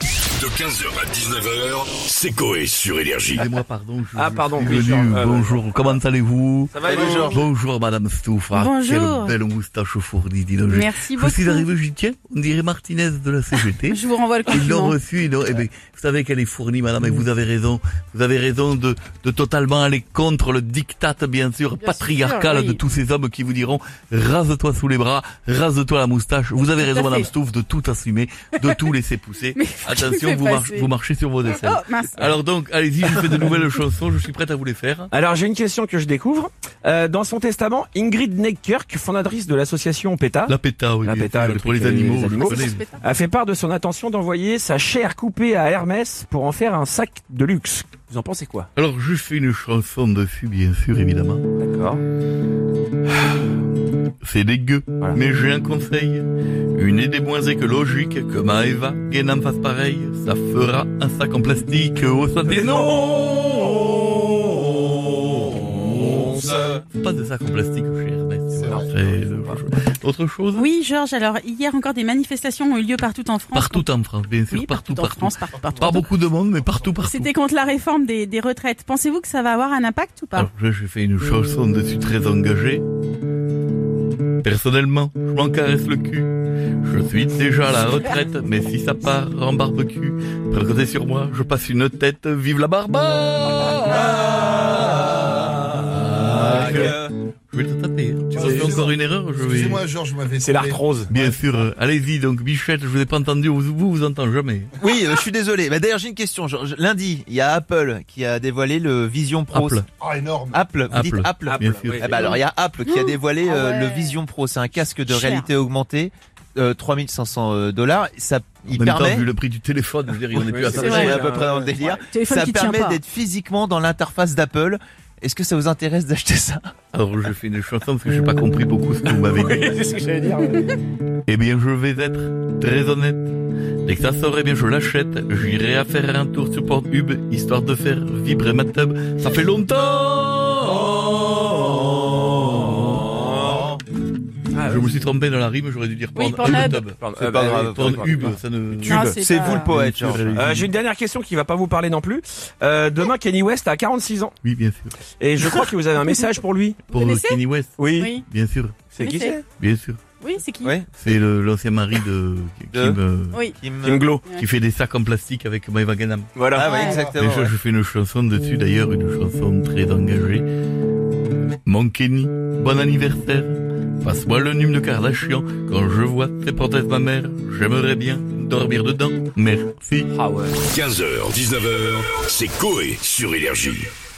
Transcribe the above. De 15h à 19h, c'est Coé sur Énergie. Excusez-moi, pardon. je- Ah, je pardon, suis oui, venu. Jean, euh, bonjour, comment allez-vous Ça va, les Georges Bonjour, Madame Stouff. Ah, Bonjour. Quelle belle moustache fournie, dis donc. Je- Merci Je suis beaucoup. arrivé, je dis, tiens, on dirait Martinez de la CGT. Je vous renvoie le Ils l'ont compliment. reçu, ils l'ont- eh ben, vous savez qu'elle est fournie, madame, et vous avez raison. Vous avez raison de, de totalement aller contre le diktat, bien sûr, patriarcal oui. de tous ces hommes qui vous diront, rase-toi sous les bras, rase-toi la moustache. Vous avez Tout à raison, madame fait. Stouff, de tout assumer, de tout laisser pousser. Mais qu'est-ce qui Attention, s'est vous, marchez- passé vous marchez sur vos aisselles. Oh mince. Alors donc, allez-y, je fais de nouvelles chansons, je suis prête à vous les faire. Alors j'ai une question que je découvre. Euh, dans son testament, Ingrid Neckirk, fondatrice de l'association PETA, La péta, oui. Ah. La bien péta, sûr, le pour truc les avec les animaux. vous animaux. connaissez. a fait part de son intention d'envoyer sa chair coupée à Hermès pour en faire un sac de luxe. Vous en pensez quoi Alors, je fais une chanson dessus, bien sûr, évidemment. D'accord. C'est dégueu, Voilà. mais j'ai un conseil. Une idée moins écologique que Maeva Guénam fasse pareil. Ça fera un sac en plastique oh, au sein des C'est Pas de sac en plastique chez Hermès. Voilà, c'est autre chose. Autre chose Oui, Georges, alors hier encore des manifestations ont eu lieu partout en France. Partout en France, bien sûr, Oui, partout, en partout. France, partout, partout. Pas beaucoup de monde, mais partout, partout. C'était contre la réforme des, des retraites. Pensez-vous que ça va avoir un impact ou pas Alors, je, je fais une chanson dessus très engagée. Personnellement, je m'en caresse le cul. Je suis déjà à la retraite, mais si ça part en barbecue, présentez sur moi, je passe une tête, vive la barbarie Je vais te taper. hein. Tu Ah, refais excusez-moi. encore une erreur, je vais... Excusez-moi, Georges, je m'avais. C'est l'arthrose. Bien sûr, euh, allez-y, donc Bichette, je vous ai pas entendu, vous vous, vous entend jamais. Oui, euh, je suis désolé. Bah, D'ailleurs, j'ai une question. Georges. lundi, il y a Apple qui a dévoilé le Vision Pro. Apple. Ah, énorme. Apple, vous dites Apple. Apple. Ah, bah, Bien sûr. Eh ben, alors, il y a Apple qui a dévoilé euh, le Vision Pro. C'est un casque de Ah Cher. réalité augmentée, euh, 3500 dollars. Ça, il en même temps, permet. vu le prix du téléphone, je veux dire, on est Oui, plus à c'est ça. on vrai. est à peu près dans le délire. Téléphone Ça qui tient permet pas. d'être physiquement dans l'interface d'Apple. Est-ce que ça vous intéresse d'acheter ça Alors, je fais une chanson parce que j'ai pas compris beaucoup ce que vous m'avez dit. C'est ce que j'allais dire. Eh bien, je vais être très honnête. Dès que ça sort, eh bien, je l'achète. J'irai à faire un tour sur Pornhub, histoire de faire vibrer ma tub. Ça fait longtemps Ah, Je me suis trompé dans la rime, j'aurais dû dire Oui, Pornhub. Pornhub. C'est pas grave. Pornhub, ça ne... Non, c'est C'est pas- vous le poète, Georges. Euh, j'ai une dernière question qui va pas vous parler non plus. Euh, demain, Kenny West a 46 ans Oui, bien sûr. et je crois que vous avez un message pour lui. Pour connaissez Kenny West, Oui, bien sûr. C'est qui Oui, c'est Bien sûr. oui c'est qui Ouais. C'est le- l'ancien mari de Kim, euh, Oui. Kim- Kim Glow. qui fait des sacs en plastique avec Maeva Ganam. Voilà. Ah oui, Ouais. exactement. Déjà, je fais une chanson dessus, d'ailleurs, une chanson très engagée. Mon Kenny, bon anniversaire. Passe-moi le nume de Kardashian. Quand je vois tes prothèses, ma mère, j'aimerais bien dormir dedans. Merci. Ah ouais. 15h, 19h, c'est Coé sur Énergie.